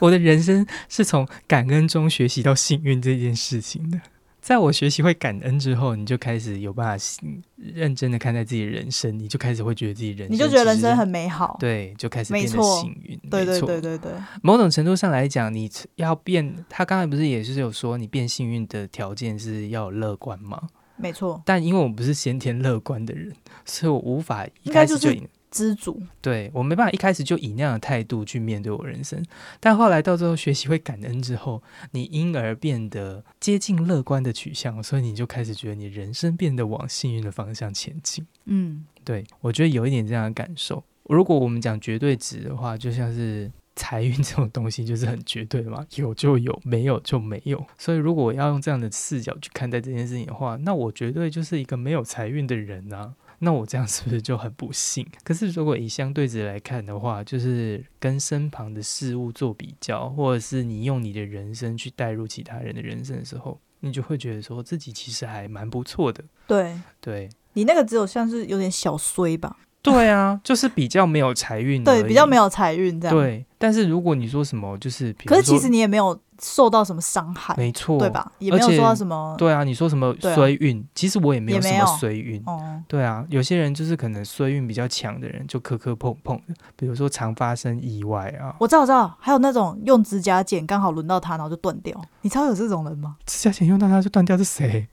S1: 我的人生是从感恩中学习到幸运这件事情的。在我学习会感恩之后，你就开始有办法信认真的看待自己的人生，你就开始会觉得自己人生
S2: 你就觉得人
S1: 其实
S2: 生很美好。
S1: 对，就开始
S2: 没
S1: 变得
S2: 错
S1: 幸运。
S2: 对
S1: 没
S2: 对
S1: 错
S2: 对对对，
S1: 某种程度上来讲，你要变，他刚才不是也是有说，你变幸运的条件是要有乐观吗？
S2: 没错，
S1: 但因为我不是先天乐观的人，所以我无法一
S2: 应该
S1: 开
S2: 就
S1: 始就
S2: 是
S1: 以、
S2: 知足，
S1: 对我没办法一开始就以那样的态度去面对我人生。但后来到最后学习会感恩之后，你因而变得接近乐观的取向，所以你就开始觉得你人生变得往幸运的方向前进。
S2: 嗯，
S1: 对，我觉得有一点这样的感受。如果我们讲绝对值的话，就像是 财运这种东西，就是很绝对的嘛，有就有，没有就没有。所以如果我要用这样的视角去看待这件事情的话，那我绝对就是一个没有财运的人啊。那我这样是不是就很不幸？可是如果以相对值来看的话，就是跟身旁的事物做比较，或者是你用你的人生去带入其他人的人生的时候，你就会觉得说自己其实还蛮不错的。
S2: 对
S1: 对，
S2: 你那个只有像是有点小衰吧，
S1: 对啊，就是比较没有财运，
S2: 对，比较没
S1: 有。
S2: 有财运这
S1: 嗯
S2: 样。，
S1: 对，但是如果你说什么，就是比如
S2: 可
S1: 说，
S2: 是其实你也没有受到什么伤害，
S1: 没错，
S2: 对？吧？也没有
S1: 而且
S2: 受到什么，
S1: 对啊，你说什么
S2: 对啊
S1: 衰运，其实我也没有
S2: 也
S1: 什
S2: 没
S1: 么
S2: 有
S1: 衰运。
S2: 哦，
S1: 对啊，有些人就是可能衰运比较强的人，就磕磕碰碰的，比如说常发生意外啊，
S2: 我知道，我知道，还有那种用指甲剪刚好轮到他，然后就断掉，你知道有这种人吗？
S1: 指甲剪用到它就断掉是谁？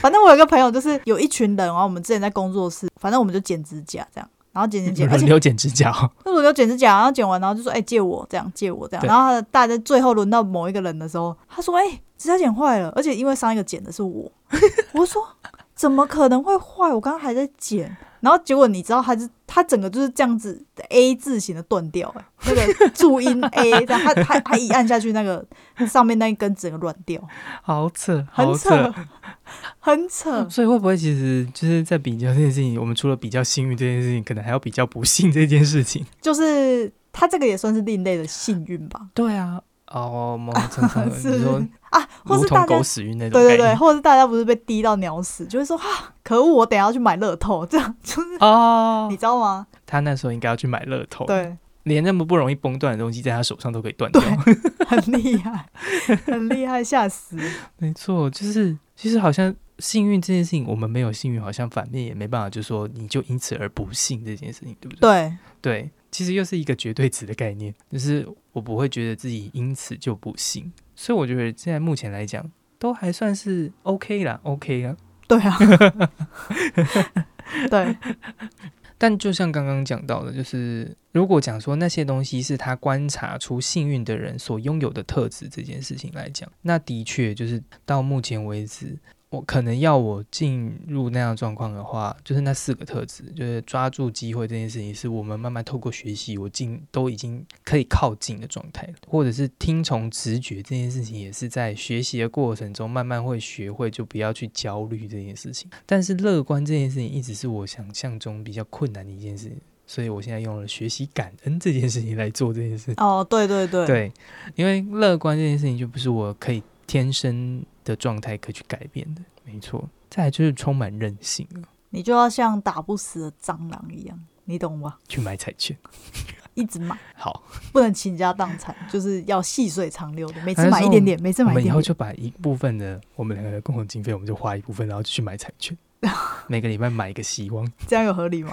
S2: 反正我有个朋友，就是有一群人，然后我们之前在工作室，反正我们就剪指甲这样，然后剪剪剪，而
S1: 轮
S2: 且
S1: 流剪指甲哦，
S2: 那轮流剪指甲，然后剪完，然后就说：“哎、借我这样，借我这样。”
S1: 对
S2: 然后他的大家最后轮到某一个人的时候，他说：“哎、指甲剪坏了，而且因为上一个剪的是我。” 我就说：“怎么可能会坏？我刚刚还在剪。”然后结果你知道，他是他整个就是这样子 A 字形的断掉、哎， 那个注音 A，这样他他他一按下去，那个 上面那一根整个乱掉，
S1: 好扯，
S2: 很
S1: 好
S2: 扯，嗯很扯。
S1: 所以会不会其实就是在比较这件事情，我们除了比较幸运这件事情，可能还要比较不幸这件事 情？
S2: 就是他这个也算是另类的幸运吧。
S1: 对啊，哦，某种程度
S2: 是
S1: 你说
S2: 啊，或
S1: 如
S2: 是
S1: 同
S2: 大家
S1: 狗屎运那种
S2: 对
S1: 概
S2: 对
S1: 念。
S2: 对，或者是大家不是被滴到鸟屎，就会说啊，可恶，我等一下要去买乐透，这样就是、
S1: 哦
S2: 你，知道吗？
S1: 他那时候应该要去买乐透，，
S2: 对，
S1: 连那么不容易崩断的东西，在他手上都可以断掉。
S2: 很厉害，很厉害，吓死！
S1: 没错，就是其实好像幸运这件事情，我们没有幸运，好像反面也没办法，就说你就因此而不幸这件事情，对不对？
S2: 对，
S1: 对，其实又是一个绝对值的概念，就是我不会觉得自己因此就不幸，所以我觉得现在目前来讲，都还算是 OK 啦，OK 啦。
S2: 对啊， 对，
S1: 但就像刚刚讲到的，就是如果讲说那些东西是他观察出幸运的人所拥有的特质这件事情来讲，那的确就是到目前为止，我可能要我进入那样的状况的话，就是那四个特质，就是抓住机会这件事情，是我们慢慢透过学习，我进都已经可以靠近的状态了，或者是听从直觉这件事情，也是在学习的过程中慢慢会学会，就不要去焦虑这件事情。但是乐观这件事情一直是我想象中比较困难的一件事情，所以我现在用了学习感恩这件事情来做这件事。
S2: 哦，对对对，
S1: 对，因为乐观这件事情就不是我可以天生的状态可以去改变的，没错。再来就是充满韧性了，
S2: 你就要像打不死的蟑螂一样，你懂吗？
S1: 去买彩券。
S2: 一直买，
S1: 好，
S2: 不能倾家荡产，就是要细水长流的，
S1: 还
S2: 每次
S1: 是
S2: 买一
S1: 说
S2: 点点，每次
S1: 我
S2: 买一
S1: 们以
S2: 点
S1: 后
S2: 点。
S1: 就把一部分的我们两个的共同经费，我们就花一部分，然后去买彩券， 每个礼拜买一个希望。
S2: 这样有合 理吗？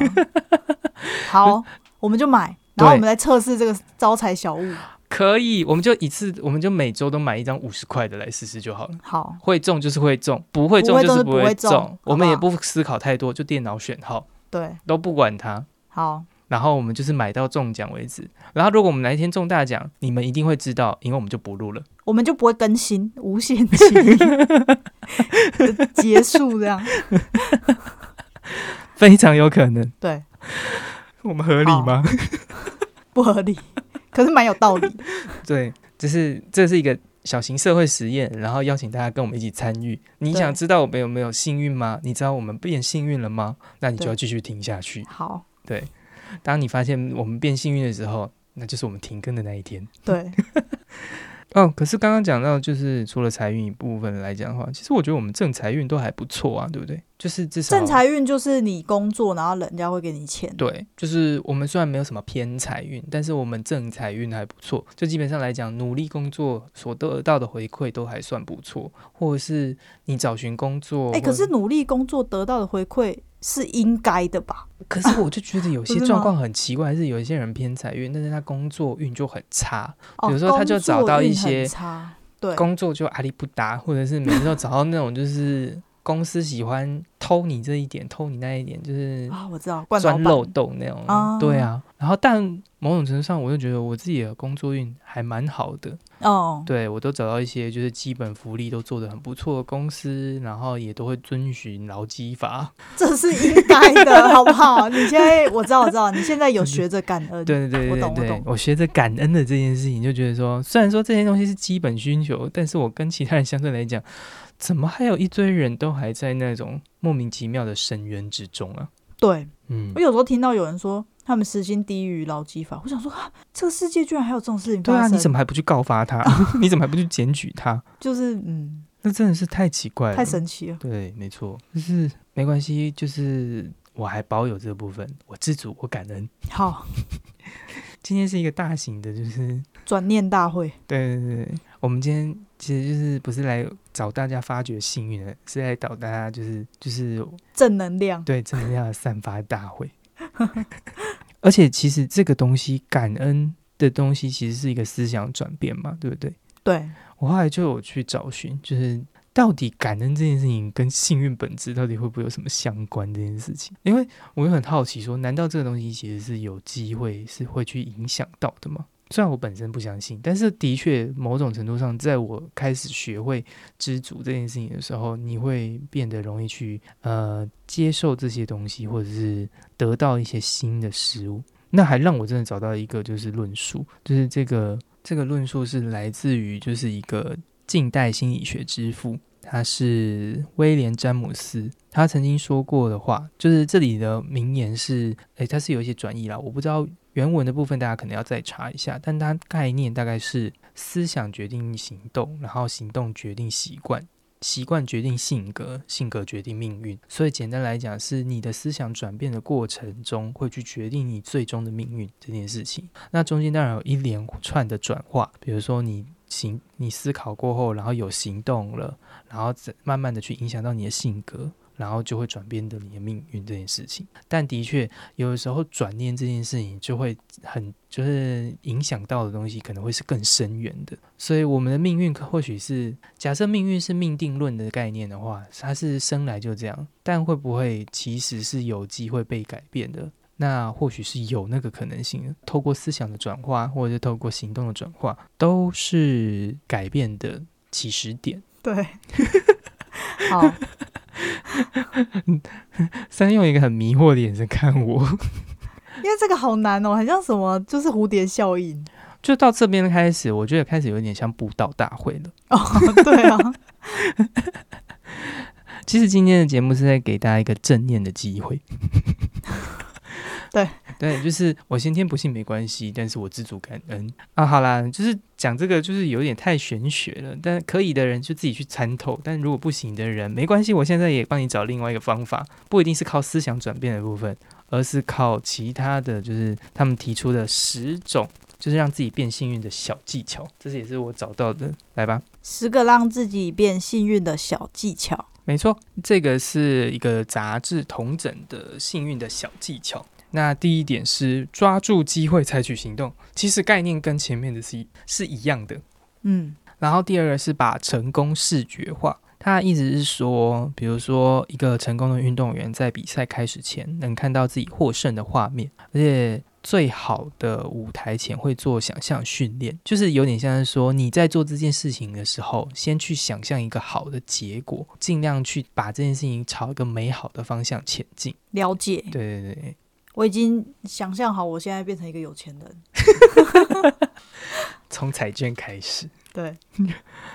S2: 好，我们就买，然后
S1: 对
S2: 我们来测试这个招财小物。
S1: 可以，我们就一次，我们就每周都买一张五十块的来试试就好了。
S2: 好，
S1: 会中就是会中，不会中
S2: 不会
S1: 就
S2: 中
S1: 是
S2: 就
S1: 不
S2: 不
S1: 会
S2: 会
S1: 中。
S2: 中
S1: 我们也
S2: 好不
S1: 不思考太多，就电脑选号
S2: 对，
S1: 都不管它，
S2: 好，
S1: 然后我们就是买到中奖为止。然后如果我们哪一天中大奖，你们一定会知道，因为我们就不录了。
S2: 我们就不会更新，无限期就结 束这样。
S1: 非常有可能，
S2: 对，
S1: 我们合理吗？
S2: 不合理，可是蛮有道理的。
S1: 对，这是这是一个小型社会实验，然后邀请大家跟我们一起参与。你
S2: 对
S1: 想知道我们有没有幸运吗？你知道我们变幸运了吗？那你就
S2: 对
S1: 要继续听下去。
S2: 好，
S1: 当你发现我们变幸运的时候，那就是我们停更的那一天。
S2: 对，
S1: 哦，可是刚刚讲到，就是除了财运一部分来讲的话，其实我觉得我们正财运都还不错啊，对不对？就是至少
S2: 正财运就是你工作，然后人家会给你钱。
S1: 对，就是我们虽然没有什么偏财运，但是我们正财运还不错。就基本上来讲，努力工作所得到的回馈都还算不错，或者是你找寻工作，
S2: 哎、
S1: 或
S2: 可是努力工作得到的回馈是应该的吧？
S1: 可啊是我就觉得有些
S2: 不是吗
S1: 状况很奇怪，是有一些人偏财运，但是他工作运就很差，
S2: 哦，
S1: 比如说他就找到一些
S2: 工作运很差，对，
S1: 工作就阿里不达，或者是每次都找到那种就是公司喜欢偷你这一点，偷你那一点，就是
S2: 啊，我知道，冠老
S1: 钻
S2: 板
S1: 漏洞那种。
S2: 啊
S1: 对啊，然后但某种程度上，我就觉得我自己的工作运还蛮好的，
S2: 哦，
S1: 对我都找到一些就是基本福利都做得很不错的公司，然后也都会遵循劳基法。
S2: 这是应该的， 好不好？你现在我知道，我知道，你现在有学着感恩，
S1: 对对对
S2: 我
S1: 对
S2: 懂我
S1: 对
S2: 懂
S1: 我学着感恩的这件事情，就觉得说，虽然说这些东西是基本需求，但是我跟其他人相对来讲，怎么还有一堆人都还在那种莫名其妙的深渊之中啊？
S2: 对
S1: 嗯
S2: 我，有时候听到有人说他们时薪低于劳基法，我想说啊，这个世界居然还有这种事情
S1: 对啊，
S2: 发
S1: 你
S2: 生，
S1: 怎么还不去告发他？ 你怎么还不去检举他？
S2: 就是嗯，
S1: 那真的是太奇怪了，
S2: 太神奇了。
S1: 对，没错，就是没关系，就是我还保有这部分，我知足，我感恩。
S2: 好，
S1: 今天是一个大型的，就是
S2: 转念大会，
S1: 对对对，对我们今天其实就是不是来找大家发掘幸运的，是来找大家就是就是
S2: 正能量，
S1: 对正能量的散发大会。 而且其实这个东西，感恩的东西，其实是一个思想转变嘛，对不对？
S2: 对，
S1: 我后来就有去找寻，就是到底感恩这件事情跟幸运本质到底会不会有什么相关这件事情？因为我也很好奇说难道这个东西其实是有机会是会去影响到的吗？虽然我本身不相信，但是的确某种程度上，在我开始学会知足这件事情的时候，你会变得容易去呃接受这些东西，或者是得到一些新的事物。那还让我真的找到一个就是论述，就是这个这个论述是来自于就是一个近代心理学之父，他是威廉詹姆斯，他曾经说过的话，就是这里的名言是，诶，他是有一些转译啦，我不知道原文的部分大家可能要再查一下，但它概念大概是思想决定行动，然后行动决定习惯，习惯决定性格，性格决定命运。所以简单来讲，是你的思想转变的过程中，会去决定你最终的命运这件事情。那中间当然有一连串的转化，比如说你行，你思考过后，然后有行动了，然后再慢慢的去影响到你的性格。然后就会转变的你的命运这件事情，但的确有的时候转念这件事情就会很就是影响到的东西可能会是更深远的，所以我们的命运或许是假设命运是命定论的概念的话，它是生来就这样，但会不会其实是有机会被改变的？那或许是有那个可能性的，透过思想的转化，或者是透过行动的转化，都是改变的起始点。
S2: 对，好，
S1: 三用一个很迷惑的眼神看我。
S2: 因为这个好难哦，很像什么，就是蝴蝶效应
S1: 就到这边开始，我觉得开始有点像布道大会了。
S2: 哦。对啊，
S1: 其实今天的节目是在给大家一个正念的机会。
S2: 对
S1: 对，就是我先天不幸没关系，但是我知足感恩啊。好啦，就是讲这个就是有点太玄学了，但可以的人就自己去参透，但如果不行的人没关系，我现在也帮你找另外一个方法，不一定是靠思想转变的部分，而是靠其他的就是他们提出的十种就是让自己变幸运的小技巧，这是也是我找到的，来吧。
S2: 十个让自己变幸运的小技巧。
S1: 没错，这个是一个杂志同整的幸运的小技巧。那第一点是抓住机会采取行动，其实概念跟前面的是一是一样的。
S2: 嗯，
S1: 然后第二个是把成功视觉化，他意思是说，比如说一个成功的运动员在比赛开始前能看到自己获胜的画面，而且最好的舞台前会做想象训练，就是有点像是说你在做这件事情的时候，先去想象一个好的结果，尽量去把这件事情朝一个美好的方向前进。
S2: 了解。
S1: 对对对。
S2: 我已经想象好，我现在变成一个有钱人。
S1: 从彩券开始，
S2: 对，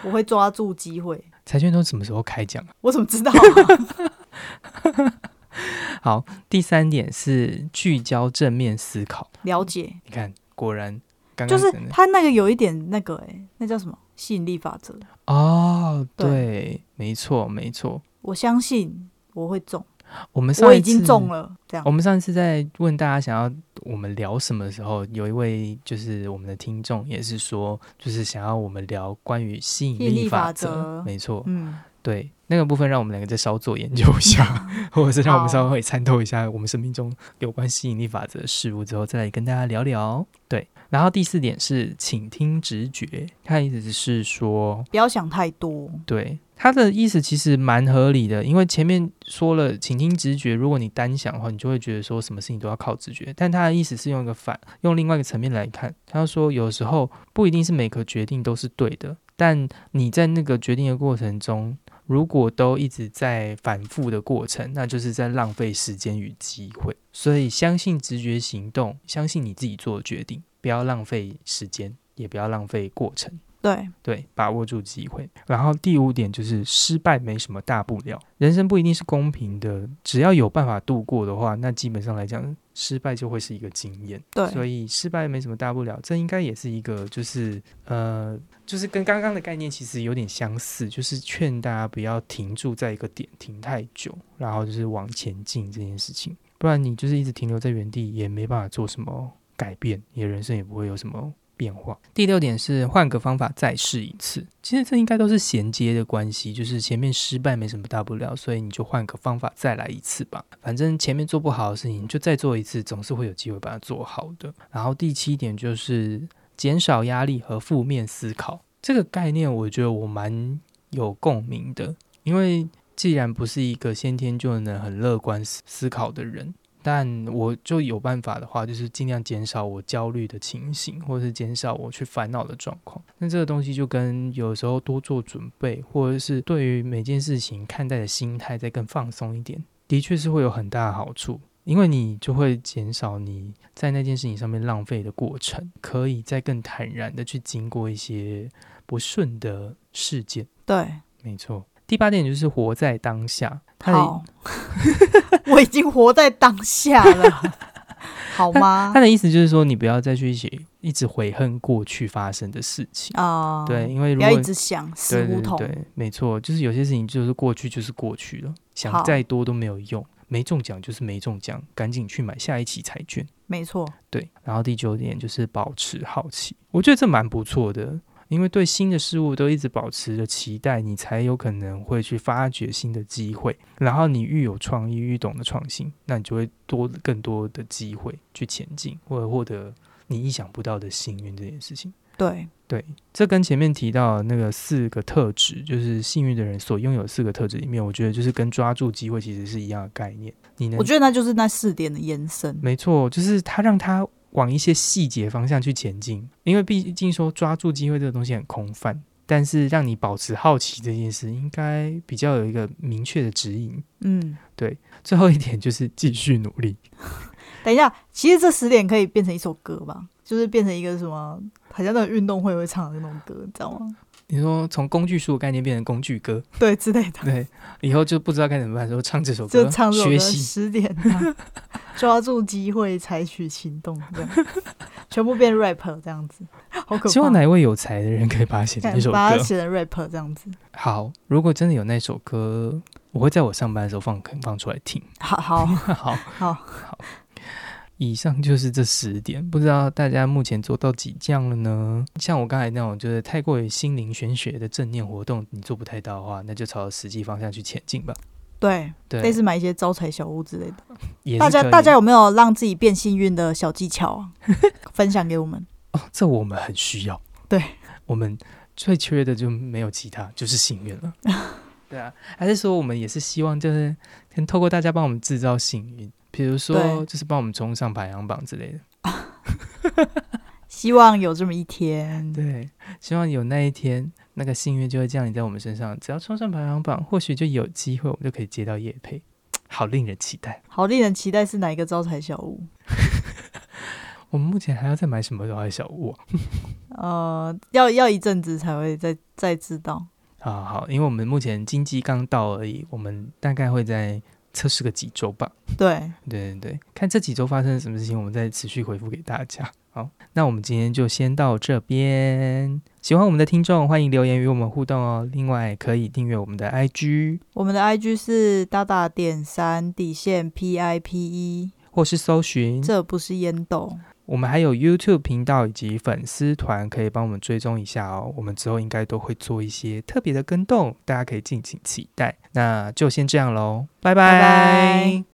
S2: 我会抓住机会。
S1: 彩券都什么时候开奖啊？
S2: 我怎么知道、啊？
S1: 好，第三点是聚焦正面思考。
S2: 了解，
S1: 你看，果然刚
S2: 就
S1: 刚
S2: 是
S1: 真的
S2: 他那个有一点那个、欸，那叫什么吸引力法则。
S1: 哦，
S2: 对
S1: 对，没错，没错。
S2: 我相信我会中，
S1: 我们上
S2: 我
S1: 一
S2: 已经
S1: 次哦
S2: 中。了。这样
S1: 我们上一次在问大家想要我们聊什么的时候，有一位就是我们的听众也是说，就是想要我们聊关于吸引
S2: 吸引
S1: 力
S2: 力
S1: 法
S2: 法
S1: 则。
S2: 则
S1: 没错，
S2: 嗯，
S1: 对那个部分，让我们两个再稍作研究一下，
S2: 嗯
S1: 或者是让我们稍微参透一下我们生命中有关吸引力法则的事物之后，再来跟大家聊聊。对，然后第四点是倾听直觉，它的意思是说，
S2: 不要想太多。
S1: 对它的意思其实蛮合理的，因为前面说了倾听直觉，如果你单想的话，你就会觉得说什么事情都要靠直觉，但它的意思是用一个反，用另外一个层面来看，他说有时候不一定是每个决定都是对的，但你在那个决定的过程中，如果都一直在反复的过程，那就是在浪费时间与机会。所以相信直觉行动，相信你自己做的决定，不要浪费时间，也不要浪费过程。
S2: 对，
S1: 对，把握住机会。然后第五点就是失败没什么大不了，人生不一定是公平的，只要有办法度过的话，那基本上来讲，失败就会是一个经验。
S2: 对
S1: 所以失败没什么大不了，这应该也是一个就是呃，就是跟刚刚的概念其实有点相似，就是劝大家不要停住在一个点停太久，然后就是往前进这件事情，不然你就是一直停留在原地，也没办法做什么改变，你的人生也不会有什么。变化。第六点是换个方法再试一次，其实这应该都是衔接的关系，就是前面失败没什么大不了，所以你就换个方法再来一次吧。反正前面做不好的事情，你就再做一次，总是会有机会把它做好的。然后第七点就是减少压力和负面思考，这个概念我觉得我蛮有共鸣的，因为既然不是一个先天就能很乐观思思考的人，但我就有办法的话，就是尽量减少我焦虑的情形，或者是减少我去烦恼的状况。那这个东西就跟有时候多做准备，或者是对于每件事情看待的心态再更放松一点，的确是会有很大的好处。因为你就会减少你在那件事情上面浪费的过程，可以再更坦然的去经过一些不顺的事件。
S2: 对，
S1: 没错，第八点就是活在当 下。它的
S2: 好，我已经活在当下了。好吗
S1: 他？的意思就是说，你不要再去一起一直悔恨过去发生的事情。
S2: 啊，
S1: 对，，因为如
S2: 不
S1: 果
S2: 要一直想死
S1: 对
S2: 胡
S1: 对
S2: 同。
S1: 对，没错，就是有些事情就是过去就是过去了，想
S2: 好
S1: 再多都没有用，没中奖就是没中奖，赶紧去买下一期彩券。
S2: 没错，
S1: 对，然后第九点就是保持好奇，我觉得这蛮不错的，因为对新的事物都一直保持着期待，你才有可能会去发掘新的机会。然后你愈有创意，愈懂得创新，那你就会多更多的机会去前进，或者获得你意想不到的幸运这件事情。
S2: 对，
S1: 对，这跟前面提到的那个四个特质，就是幸运的人所拥有的四个特质里面，我觉得就是跟抓住机会其实是一样的概念。你能
S2: 我觉得那就是那四点的延伸。
S1: 没错，就是他让他往一些细节方向去前进，因为毕竟说抓住机会这个东西很空泛，但是让你保持好奇这件事，应该比较有一个明确的指引。
S2: 嗯，
S1: 最后一点就是继续努力，
S2: 等一下，其实这十点可以变成一首歌吧，就是变成一个什么，好像那种运动会会唱的那种歌，你知道吗？
S1: 你说从工具书的概念变成工具歌，
S2: 对，之类的，
S1: 对，以后就不知道该怎么办，说唱这首歌，
S2: 就唱这首
S1: 学
S2: 歌
S1: 习，
S2: 十点、啊， 抓住机会，采取行动，这样全部变 rap 这样子，好可怕。
S1: 希望哪一位有才的人可以把它写成
S2: 干
S1: 一首
S2: 把它
S1: 歌。
S2: 写成 rap 这样子，
S1: 好，如果真的有那首歌，我会在我上班的时候放放出来听。
S2: 好好
S1: 好，
S2: 好，
S1: 以上就是这十点，不知道大家目前做到几项了呢？像我刚才那种就是太过于心灵玄学的正念活动，你做不太到的话，那就朝实际方向去前进吧。
S2: 对，类
S1: 对，
S2: 似买一些招财小物之类的。
S1: 也是
S2: 大家
S1: 可以
S2: 大家有没有让自己变幸运的小技巧 啊？分享给我们。
S1: 哦，这我们很需要。
S2: 对，
S1: 我们最缺的就没有其他，就是幸运 了。对啊，还是说我们也是希望就是能透过大家帮我们制造幸运，比如说
S2: 对
S1: 就是帮我们冲上排行榜之类的。
S2: 希望有这么一天。
S1: 对，希望有那一天，那个幸运就会降临在我们身上。只要冲上排行榜，或许就有机会，我们就可以接到叶配，好令人期待。
S2: 好令人期待是哪一个招财小物？
S1: 我们目前还要再买什么的小物啊？
S2: 呃，要要一阵子才会再再知道。
S1: 啊，好，因为我们目前经济刚到而已，我们大概会在测试个几周吧。
S2: 对，
S1: 对对对，看这几周发生了什么事情，我们再持续回复给大家。好，那我们今天就先到这边。喜欢我们的听众，欢迎留言与我们互动哦。另外，可以订阅我们的 IG，
S2: 我们的 IG 是大大点三底线 P I P E，
S1: 或是搜寻
S2: 这不是烟斗。
S1: 我们还有 YouTube 频道以及粉丝团，可以帮我们追踪一下哦。我们之后应该都会做一些特别的跟动，大家可以敬请期待。那就先这样喽，拜
S2: 拜拜